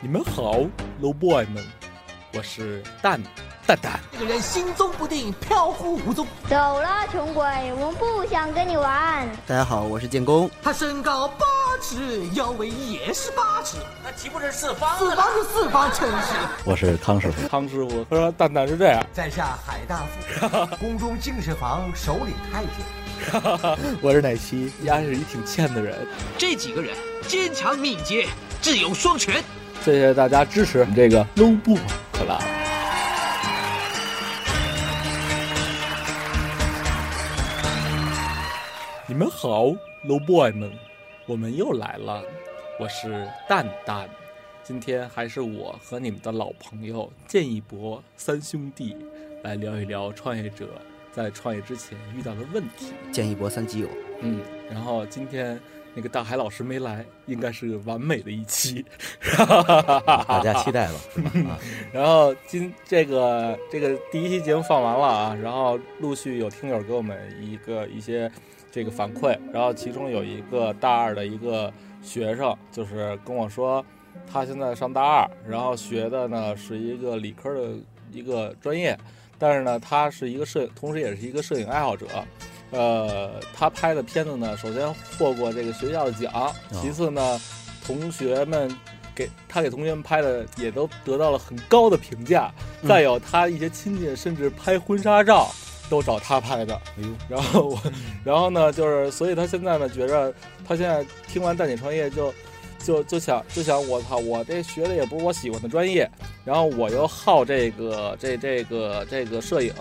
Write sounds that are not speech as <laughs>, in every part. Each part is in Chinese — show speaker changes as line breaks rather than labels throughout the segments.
你们好，low boy 们，我是蛋蛋蛋。
这个人心中不定，飘忽无踪。
走了，穷鬼，我们不想跟你玩。
大家好，我是建工。
他身高八尺，腰围也是八尺，
那岂不是四方？
四方是四方，真
<laughs>
是。
我是康师傅。
康师傅，他说蛋蛋是这样。
在下海大
<laughs>
富，宫中净室房首领太监。
我是奶昔，丫是一挺欠的人。
这几个人坚强敏捷，智勇双全。
谢谢大家支持我们这个 low boy 克拉。你们好，low boy 们，我们又来了。我是蛋蛋，今天还是我和你们的老朋友建一博三兄弟来聊一聊创业者在创业之前遇到的问题。
建一博
<laughs>
三基友，
嗯，然后今天那个大海老师没来，应该是完美的一期。
大家
<laughs>
期待吧，是吧？啊，
然后今这个这个第一期节目放完了啊，然后陆续有听友给我们一个一些这个反馈，然后其中有一个大二的一个学生，就是跟我说，他现在上大二，然后学的呢是一个理科的一个专业，但是呢他是一个摄，同时也是一个摄影爱好者。呃，他拍的片子呢，首先获过这个学校的奖，其次呢，同学们给他给同学们拍的也都得到了很高的评价。
嗯
再有他一些亲戚甚至拍婚纱照都找他拍的，
哎呦，
然后我， <laughs> 然后呢，就是所以他现在呢，觉着他现在听完蛋姐创业就。就就想就想我操，我这学的也不是我喜欢的专业，然后我又好这个这这个这个摄影，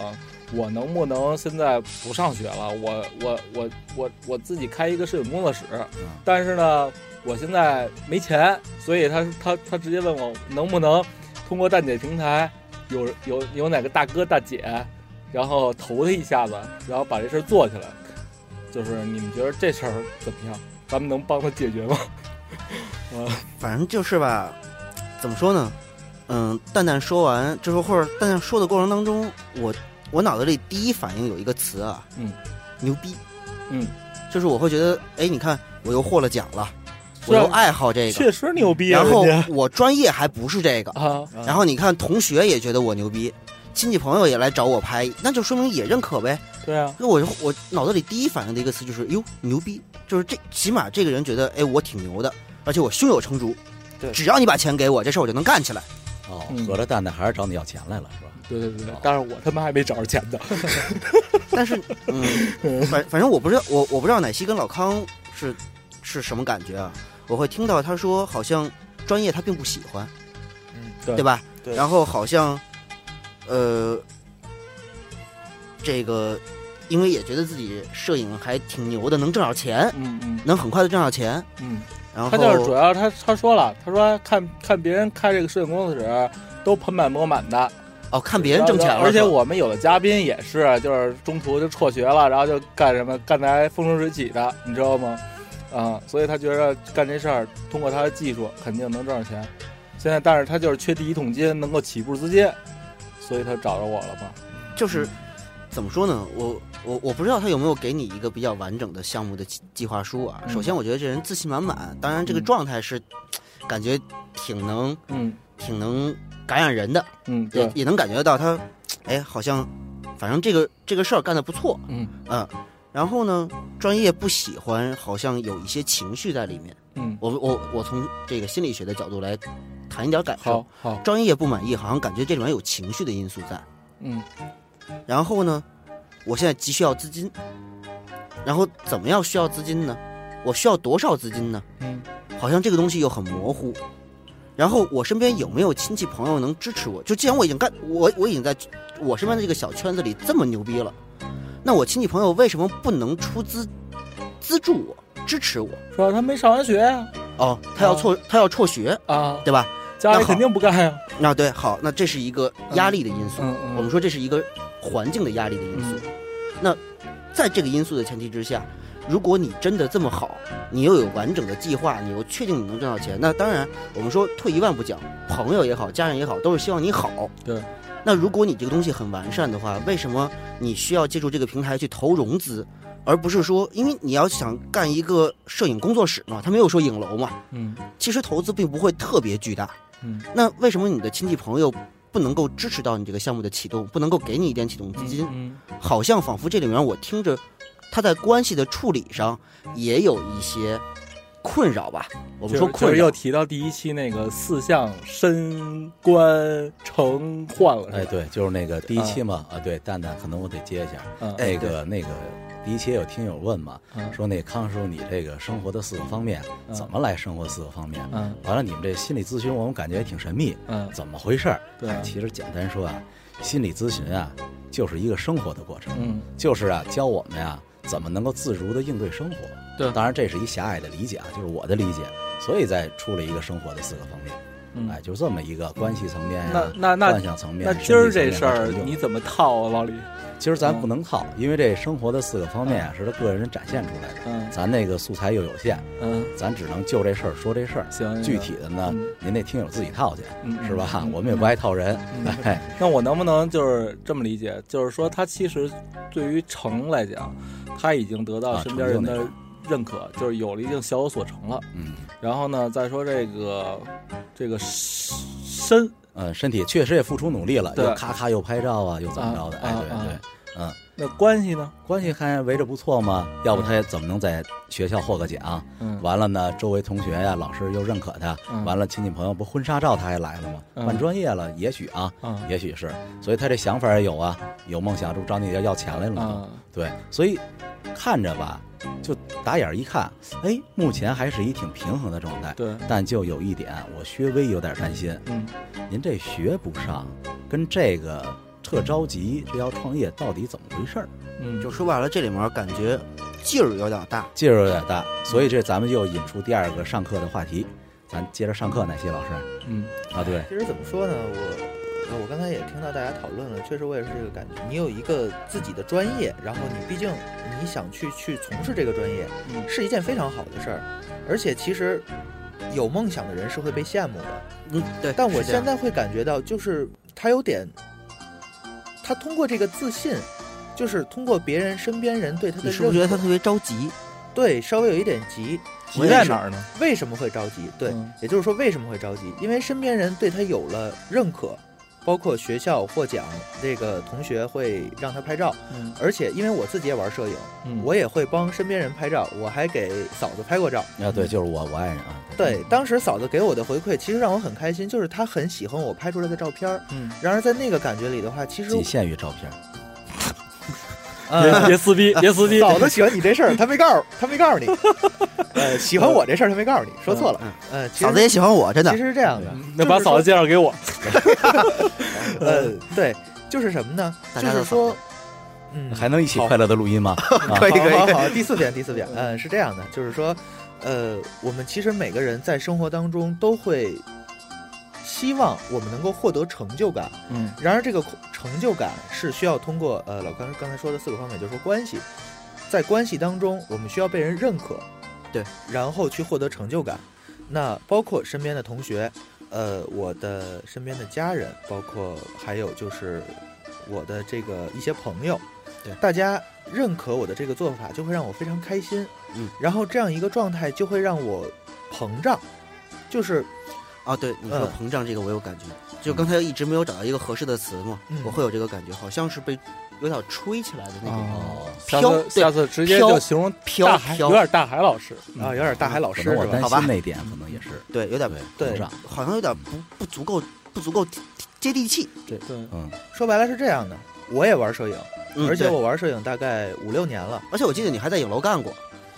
我能不能现在不上学了？我我我我我自己开一个摄影工作室，
嗯
但是呢，我现在没钱，所以他他他直接问我能不能通过蛋姐平台有有有哪个大哥大姐，然后投他一下子，然后把这事儿做起来。就是你们觉得这事儿怎么样？咱们能帮他解决吗？
反正就是吧，怎么说呢？嗯，蛋蛋说完之后，或者蛋蛋说的过程当中，我我脑子里第一反应有一个词啊，
嗯，
牛逼，
嗯，
就是我会觉得，哎，你看我又获了奖了，
是
我
啊
又爱好这个，
<laughs> 确实牛逼啊！
然后
人家
我专业还不是这个，
啊，
然后你看同学也觉得我牛逼，亲戚朋友也来找我拍，那就说明也认可呗。
对啊，
那我就我脑子里第一反应的一个词就是哟牛逼，就是这起码这个人觉得哎我挺牛的，而且我胸有成竹，
对
只要你把钱给我，这事儿我就能干
<laughs>
起来。
哦
嗯，
合着蛋蛋还是找你要钱来了，是吧？
对对对对，但是我他妈还没找着钱呢。
但是嗯，反反正我不知道我我不知道奶昔跟老康是是什么感觉啊？我会听到他说好像专业他并不喜欢，
嗯，
对吧？
对
然后好像呃这个因为也觉得自己摄影还挺牛的，能挣着钱，
嗯嗯
能很快的挣着钱，
嗯。
然后
他就是主要他他说了，他说看看别人开这个摄影工作室都盆满钵满的，
哦看别人挣钱了，
而且
是吧
我们有的嘉宾也是，就是中途就辍学了，然后就干什么干得还风生水起的，你知道吗？啊、所以他觉得干这事儿，通过他的技术肯定能挣着钱。现在，但是他就是缺第一桶金，能够起步资金，所以他找着我了嘛。
就是怎么说呢？我我我不知道他有没有给你一个比较完整的项目的计计划书啊。
嗯
首先，我觉得这人自信满满，当然这个
嗯
状态是，感觉挺能
嗯
挺能感染人的，
嗯，对
也，也能感觉到他，哎，好像反正这个这个事儿干得不错，
嗯
啊。然后呢，专业不喜欢，好像有一些情绪在里面。
嗯，
我我我从这个心理学的角度来谈一点感受
好。好，
专业不满意，好像感觉这里面有情绪的因素在。
嗯
然后呢，我现在急需要资金，然后怎么样需要资金呢？我需要多少资金呢？
嗯
好像这个东西又很模糊。然后我身边有没有亲戚朋友能支持我？就既然我已经干，我我已经在我身边的这个小圈子里这么牛逼了，那我亲戚朋友为什么不能出资资助我、支持我？
说他没上完学呀、
哦，他要辍他要辍学，
啊，
对吧？
家
那
里
好
肯定不干呀、
那对，好，那这是一个压力的因素。
嗯
我们
嗯
说这是一个环境的压力的因素。那在这个因素的前提之下，如果你真的这么好，你又有完整的计划，你又确定你能挣到钱，那当然，我们说退一万步讲，朋友也好，家人也好，都是希望你好。
对。
那如果你这个东西很完善的话，为什么你需要借助这个平台去投融资，而不是说，因为你要想干一个摄影工作室嘛，他没有说影楼嘛，
嗯
其实投资并不会特别巨大，
嗯
那为什么你的亲戚朋友不能够支持到你这个项目的启动，不能够给你一点启动资金？
嗯
好像仿佛这里面我听着他在关系的处理上也有一些困扰吧。我
就
们说
是就
困
是又
扰，
提到第一期那个四项升官成换了，
哎，对，就是那个第一期嘛，啊，对，蛋蛋，可能我得接一下，
嗯
那个那个第一期有听友问嘛，
嗯
说那康师傅你这个生活的四个方面
嗯
怎么来生活四个方面？
嗯
完了，你们这心理咨询我们感觉也挺神秘，
嗯
怎么回事儿？
对啊
哎其实简单说啊，心理咨询啊，就是一个生活的过程，
嗯
就是啊，教我们呀、怎么能够自如的应对生活。
对
当然这是一狭隘的理解啊，就是我的理解，所以再出了一个生活的四个方面，
嗯
哎，，就这么一个关系层面呀、
那那那
幻想层面，
那
身体
今儿
层
这
面
事
和
儿
成就
你嗯怎么套啊，老李？
今儿咱不能套，因为这生活的四个方面啊，是他个人展现出来的，
嗯
咱那个素材又有限，
嗯
咱只能就这事儿说这事儿。
行，
具体的呢
嗯，
您那听友自己套去，
嗯
是吧
嗯？
我们也不爱套人
嗯，
<laughs> 哎，
那我能不能就是这么理解？就是说，他其实对于成来讲，他已经得到
啊
身边人
成就那
的认可，就是有了一定小有所成了。
嗯
然后呢，再说这个这个身，
呃，身体确实也付出努力了，
对
又咔咔又拍照啊，又怎么着的？
啊
哎，对
啊
对，嗯，
那关系呢？
关系还围着不错嘛，要不他怎么能在学校获个奖？
嗯，
完了呢，周围同学呀、老师又认可他
嗯，
完了亲戚朋友不婚纱照他还来了吗？
嗯
换专业了，也许啊，
啊
也许是，所以他这想法也有啊，有梦想，这不找你要要钱来了吗？
啊，
对，所以看着吧，就打眼儿一看，哎，目前还是一挺平衡的状态，
对，
但就有一点，我稍微有点担心，
嗯
您这学不上，跟这个特着急，这要创业到底怎么回事儿？
嗯，
就说白了，这里面感觉劲儿有点大。
劲儿有点大，所以这咱们又引出第二个上课的话题，咱接着上课，奶昔老师
嗯
啊，对，
其实怎么说呢，我我刚才也听到大家讨论了，确实我也是这个感觉。你有一个自己的专业，然后你毕竟你想去去从事这个专业，
嗯
是一件非常好的事儿，而且其实。有梦想的人是会被羡慕的，
嗯，对。
但我
是这样
现在会感觉到，就是他有点，他通过这个自信，就是通过别人身边人对他
你
的认
是
可，
不是觉得他特别着急？
对稍微有一点急？
急在哪儿呢？
为什么会着急？对，
嗯
也就是说为什么会着急？因为身边人对他有了认可，包括学校获奖，这个同学会让他拍照，
嗯
而且因为我自己也玩摄影，
嗯，
我也会帮身边人拍照，我还给嫂子拍过照。
啊对，就是我我爱人啊，
嗯
对，当时嫂子给我的回馈其实让我很开心，就是她很喜欢我拍出来的照片儿。
嗯，
然而在那个感觉里的话，
<laughs>
其实呃
仅限于照片儿，
嗯
别别撕逼，别撕逼，
<laughs> 嫂子喜欢你这事儿，她没告诉，她没告
<laughs>
诉你，呃，喜欢我这事儿她没告诉你，说错了
嗯，
呃，其实
嫂子也喜欢我，真的
其。实是这样的，
那把嫂子介绍给我。
呃，对，就是什么呢？
大
就
家
是
都
说，嗯，
还能一起
好
快乐的录音吗？啊
<laughs> 可以可以
好好
可以。第四点，第四点，嗯，是这样的，就是说，呃，我们其实每个人在生活当中都会希望我们能够获得成就感，
嗯
然而这个成就感是需要通过呃老刚刚才说的四个方面，就是说关系，在关系当中我们需要被人认可，
对，
然后去获得成就感。那包括身边的同学，呃，我的身边的家人，包括还有就是我的这个一些朋友，
对
大家认可我的这个做法，就会让我非常开心。
嗯，
然后这样一个状态就会让我膨胀，就是
啊，对，你说
嗯
膨胀这个我有感觉，就刚才一直没有找到一个合适的词嘛，
嗯
我会有这个感觉，好像是被有点吹起来的那种。
哦，下
飘
次
对
下次直接就形容
飘
大海，
飘
有点大海老师。
啊、有点大海老
可
师
能我
是
担
吧？
好吧
心那点，可能也是
对，有点
对
膨胀，
好像有点不不足够，不足够接接地气。
对，
嗯，
说白了是这样的，我也玩摄影。
嗯
而且，
对
我玩摄影大概五六年了。
而且我记得你还在影楼干过，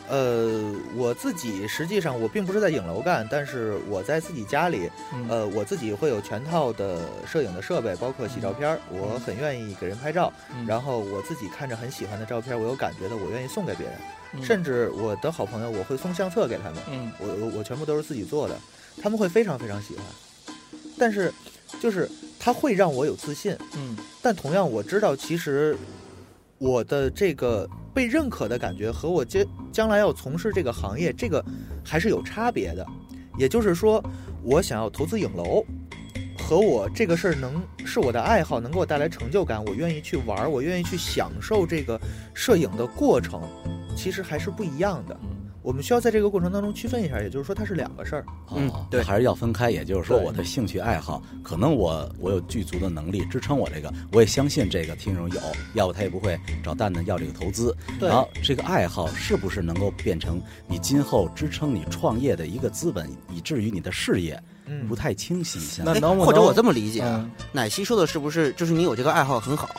呃，我自己实际上我并不是在影楼干，但是我在自己家里，
嗯
呃，我自己会有全套的摄影的设备，包括洗照片儿，我很愿意给人拍照。
嗯
然后我自己看着很喜欢的照片，我有感觉的，我愿意送给别人，
嗯
甚至我的好朋友，我会送相册给他们。
嗯
我我我全部都是自己做的，他们会非常非常喜欢。但是，就是它会让我有自信，
嗯
但同样，我知道其实我的这个被认可的感觉和我将将来要从事这个行业，这个还是有差别的。也就是说，我想要投资影楼，和我这个事儿能是我的爱好，能给我带来成就感，我愿意去玩儿，我愿意去享受这个摄影的过程，其实还是不一样的。
嗯
我们需要在这个过程当中区分一下，也就是说它是两个事儿。
嗯
哦
对
还是要分开。也就是说，
对
我的兴趣爱好，可能我我有具足的能力支撑我这个，我也相信这个听众有，要不他也不会找蛋蛋要这个投资。
对
然后这个爱好是不是能够变成你今后支撑你创业的一个资本，以至于你的事业
嗯
不，太清晰？现
那
在
哎
能不能
或者我这么理解啊，
嗯
奶昔说的是不是就是你有这个爱好很好，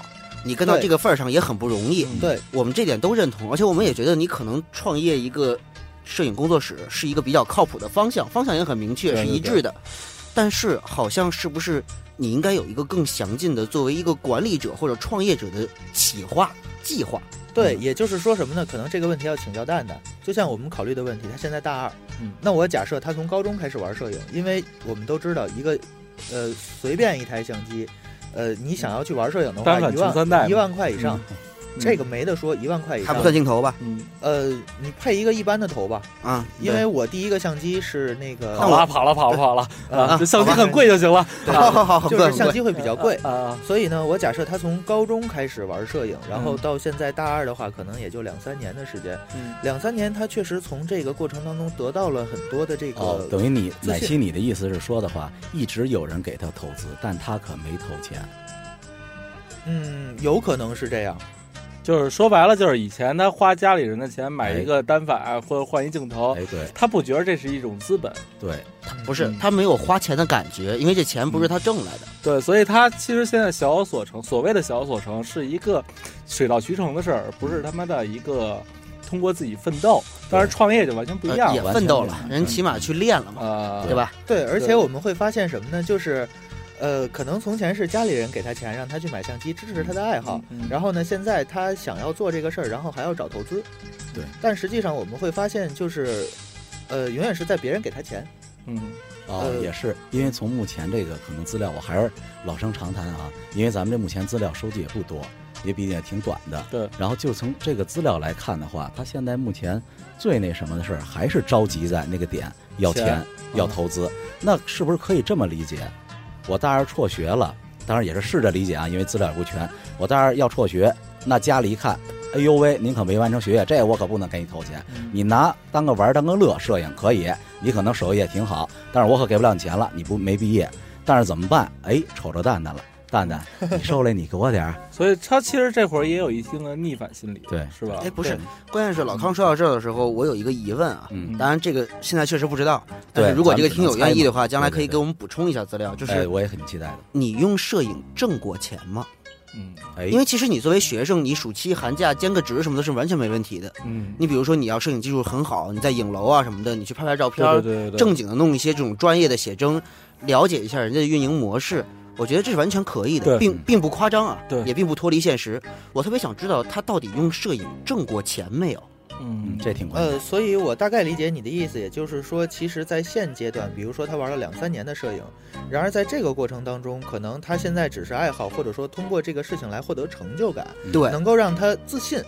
你干到
对
这个份儿上也很不容易，
对，
我们这点都认同，而且我们也觉得你可能创业一个摄影工作室是一个比较靠谱的方向，方向也很明确，
对
是
对
一致的。但是好像是不是你应该有一个更详尽的作为一个管理者或者创业者的企划计划？
对，
嗯
也就是说什么呢？可能这个问题要请教蛋蛋。就像我们考虑的问题，他现在大二，
嗯
那我假设他从高中开始玩摄影，因为我们都知道一个，呃，随便一台相机，呃，你想要去玩摄影的
单
话，
反
一
穷三代嘛
万一万块以上，
嗯
这个没得说，一万块以
还
上
不，算镜头吧？
嗯，
呃，你配一个一般的头吧，
啊，
因为我第一个相机是那个，
跑了跑了跑了跑了，
啊
这相机
好吧
很贵就行了
对 <laughs> 好好好，很
就
贵
是
很
相
贵。
机会比较贵。
啊，
所以呢，我假设他从高中开始玩摄影，然后
嗯
到现在大二的话，可能也就两三年的时间。
嗯
两三年，他确实从这个过程当中得到了很多的这个，
哦，等于你
自信
奶昔，你的意思是说的话，一直有人给他投资，但他可没投钱。
嗯，有可能是这样，
就是说白了，就是以前他花家里人的钱买一个单反或者换一镜头，
哎，对
他不觉得这是一种资本，
对，
不是
嗯
他没有花钱的感觉，因为这钱不是他挣来的。
对，所以他其实现在小有所成，所谓的小有所成是一个水到渠成的事儿，不是他妈的一个通过自己奋斗。当然，创业就完全不一
呃
样
也
了。
奋斗
完
了
全，不一样
人起码去练了嘛，
啊，
对？吧？
对，而且
对
我们会发现什么呢？就是，呃，可能从前是家里人给他钱，让他去买相机，支持他的爱好。
嗯
然后呢，现在他想要做这个事儿，然后还要找投资。
对，
但实际上我们会发现，就是，呃，永远是在别人给他钱。
嗯，
哦，
呃
也是，因为从目前这个可能资料，我还是老生常谈啊，因为咱们这目前资料收集也不多，也毕竟也挺短的。
对。
然后就从这个资料来看的话，他现在目前最那什么的事儿，还是着急在那个点要
钱
钱、
嗯
要投资。那是不是可以这么理解？我大二辍学了，当然也是试着理解啊，因为资料也不全。我大二要辍学，那家里一看，哎呦喂，您可没完成学业，这我可不能给你投钱。
嗯
你
嗯
拿当个玩儿当个乐，摄影可以，你可能手艺也挺好，但是我可给不了你钱了，你不没毕业，但是怎么办？哎，瞅着蛋蛋了，蛋蛋，你受累你给我点儿，
所以他其实这会儿也有一定的逆反心理，
嗯对
是吧
哎，？不是
对，
关键是老康说到这儿的时候，我有一个疑问啊。
嗯，
当然，这个现在确实不知道。
对
但是如果
咱
这
们
个
只
听友
能猜
愿意
嘛
的话，将来
对
可以
对
给我们补充一下资料，就
哎，
是
我也很期待的，
你用摄影挣过钱吗？
嗯
哎，
因为其实你作为学生，你暑期寒假兼个职什么的是完全没问题的。
嗯，
你比如说，你要摄影技术很好，你在影楼啊什么的，你去拍拍照片
对
儿，
对对对对，
正经的弄一些这种专业的写真，了解一下人家的运营模式，我觉得这是完全可以的，
对
并并不夸张啊
对，
也并不脱离现实。我特别想知道他到底用摄影挣过钱没有？
嗯
嗯，这挺关键
呃，所以我大概理解你的意思，也就是说，其实，在现阶段，比如说他玩了两三年的摄影，然而在这个过程当中，可能他现在只是爱好，或者说通过这个事情来获得成就感，
嗯
对，
能够让他自信。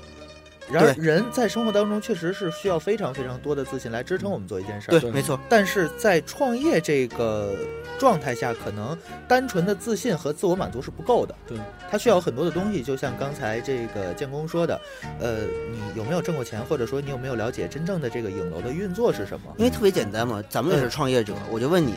然而，
对
人在生活当中确实是需要非常非常多的自信来支撑我们做一件事儿。
对，没错，
但是在创业这个状态下，可能单纯的自信和自我满足是不够的。
对，
它需要很多的东西，就像刚才这个建工说的，呃，你有没有挣过钱，或者说你有没有了解真正的这个影楼的运作是什么？
因为特别简单嘛，咱们也
嗯
是创业者，我就问你，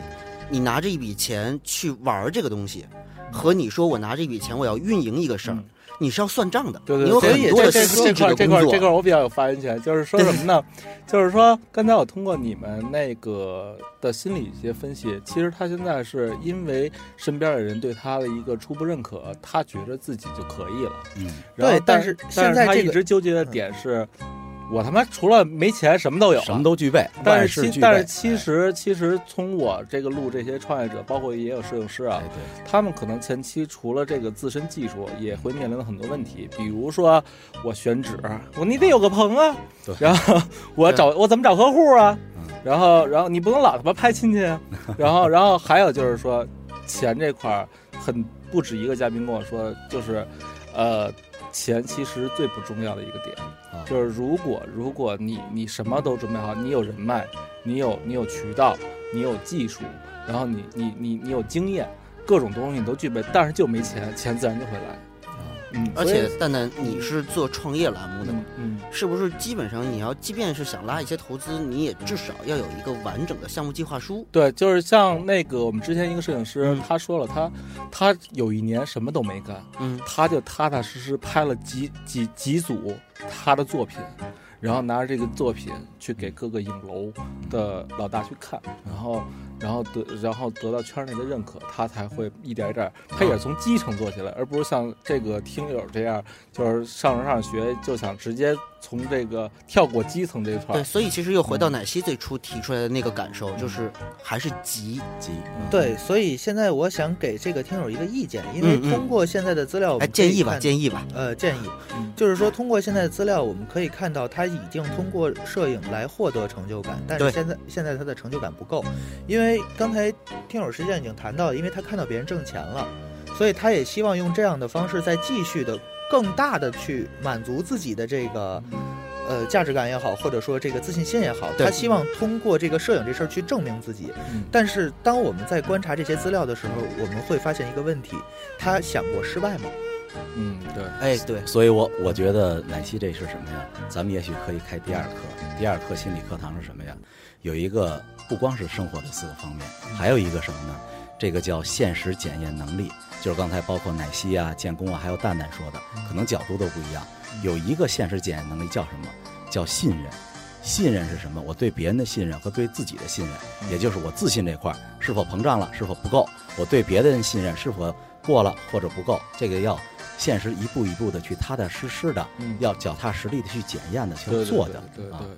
你拿着一笔钱去玩儿这个东西，和你说我拿这笔钱我要运营一个事儿
嗯，
你是要算账的，
对对，
你有
所
很
以
多
这
的
这
细
这
致
块
的
这
工
块
作
这。块我比较有发言权，就是说什么呢？就是说刚才我通过你们那个的心理一些分析，其实他现在是因为身边的人对他的一个初步认可，他觉得自己就可以了。
嗯，
然后
对
但
但是现
但是
在
他
这
一
个
直纠结的点是，我他妈除了没钱什么都有，
什么。都具备，
啊但
万
是
事
其
俱备
但是其实其实从我这个录这些创业者，包括也有摄影师啊
哎，对，
他们可能前期除了这个自身技术，也会面临到很多问题，比如说我选址，我你得有个棚啊，
对
然后我找我怎么找客户啊
嗯，
然后然后你不能老他妈拍亲戚啊，然
<laughs>
后然后还有就是说钱这块儿，很不止一个嘉宾跟我说，就是呃。钱其实最不重要的一个点，
啊
就是如果如果你你什么都准备好，你有人脉，你有你有渠道，你有技术，然后
啊
你你你你有经验，各种东西你都具备，但是就没钱，钱自然就会来。嗯，
哎
而
所以
且蛋蛋，你是做创业栏目的嘛
嗯，嗯
是不是基本上你要，即便是想拉一些投资，你也至少要有一个完整的项目计划书？
对，就是像那个我们之前一个摄影师
嗯，
他说了，他他有一年什么都没干，
嗯，
他就踏踏实实拍了几几几组他的作品，然后拿着这个作品去给各个影楼的老大去看，然后然后得然后得到圈内的认可，他才会一点一点，他也是从基层做起来，而不是像这个听友这样，就是上上学就想直接从这个跳过基层这一块
啊
对，
儿。
所以其实又回
嗯
到奶昔最初提出来的那个感受，就是还是急。
急，
嗯
对，所以现在我想给这个听友一个意见，因为
嗯嗯
通过现在的资料，我
哦
哎，
们可以
建议吧，
看
建议吧。
呃建议
嗯，
就是说通过现在的资料，我们可以看到他已经通过摄影来获得成就感，但是
对
现在现在他的成就感不够，因为刚才听友实际上已经谈到，因为他看到别人挣钱了，所以他也希望用这样的方式再继续的更大的去满足自己的这个。呃，价值感也好，或者说这个自信心也好，
对
他希望通过这个摄影这事儿去证明自己。
嗯
但是，当我们在观察这些资料的时候，我们会发现一个问题：他想过失败吗？
嗯，对，
哎，对，
所以我我觉得奶昔这是什么呀？咱们也许可以开第二课，第二课心理课堂是什么呀？有一个不光是生活的四个方面，
嗯
还有一个什么呢？这个叫现实检验能力，就是刚才包括奶昔啊、建工啊，还有蛋蛋说的，
嗯
可能角度都不一样。有一个现实检验能力叫什么？叫信任。信任是什么？我对别人的信任和对自己的信
嗯
任，也就是我自信这块儿是否膨胀了，是否不够？我对别人信任是否过了或者不够？这个要现实一步一步的去踏踏实实的，
嗯
要脚踏实地的去检验的去
对对
做的
对对
啊
对。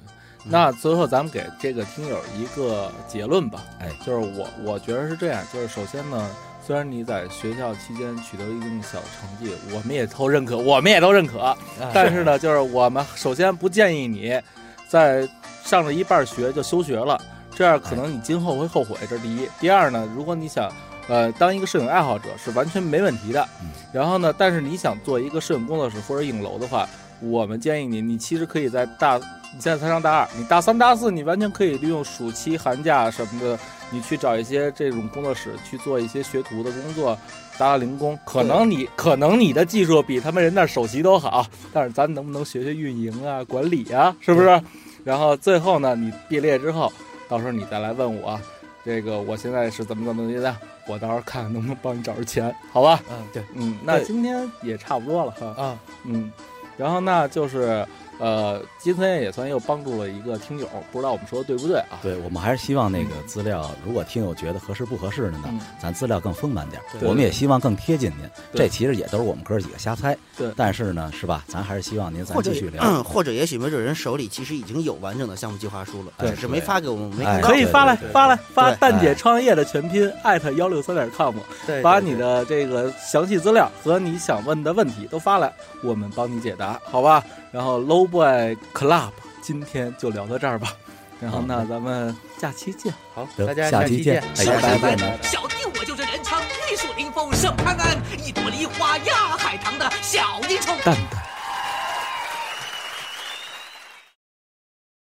那最后咱们给这个听友一个结论吧，
哎
就是我我觉得是这样，就是首先呢，虽然你在学校期间取得一定的小成绩，我们也都认可，我们也都认可，啊但是呢，就是我们首先不建议你在上了一半学就休学了，这样可能你今后会后悔，这是第一。第二呢，如果你想呃当一个摄影爱好者是完全没问题的
嗯，
然后呢，但是你想做一个摄影工作室或者影楼的话，我们建议你，你其实可以在大你现在才上大二，你大三、大四，你完全可以利用暑期、寒假什么的，你去找一些这种工作室去做一些学徒的工作，打打零工。可能你可能你的技术比他们人那首席都好，但是咱能不能学学运营啊、管理啊，是不是？然后最后呢，你毕业之后，到时候你再来问我，这个我现在是怎么怎么怎么样，我到时候看看能不能帮你找着钱，好吧？
嗯，
对，
嗯，那
对
今天也差不多了哈。
啊，
嗯，然后那就是呃，今天也算又帮助了一个听友，不知道我们说的对不对啊？
对，我们还是希望那个资料，如果听友觉得合适不合适的呢，
嗯
咱资料更丰满点儿。
对
我们也希望更贴近您。
对
这其实也都是我们哥几个瞎猜。
对
但是呢，是吧？咱还是希望您咱
或者
继续聊。
嗯或者也许没准人手里其实已经有完整的项目计划书了，
对
只是没发给我们，没
哎
看到
可。以发来
对对对
发来发
对
蛋姐创业的全拼艾特幺六三点 com，
对，
把
对
你
对
的这个详细资料和你想问的问题都发来，我们帮你解答，好吧？然后 Low Boy Club 今天就聊到这儿吧，然后那咱们下期见。
好，
得
大家
下期
期
见
见，
哎
下
大
期见
家再见。
小弟我就是人称玉树临风盛潘安，一朵梨花压海棠的小英雄。
蛋蛋。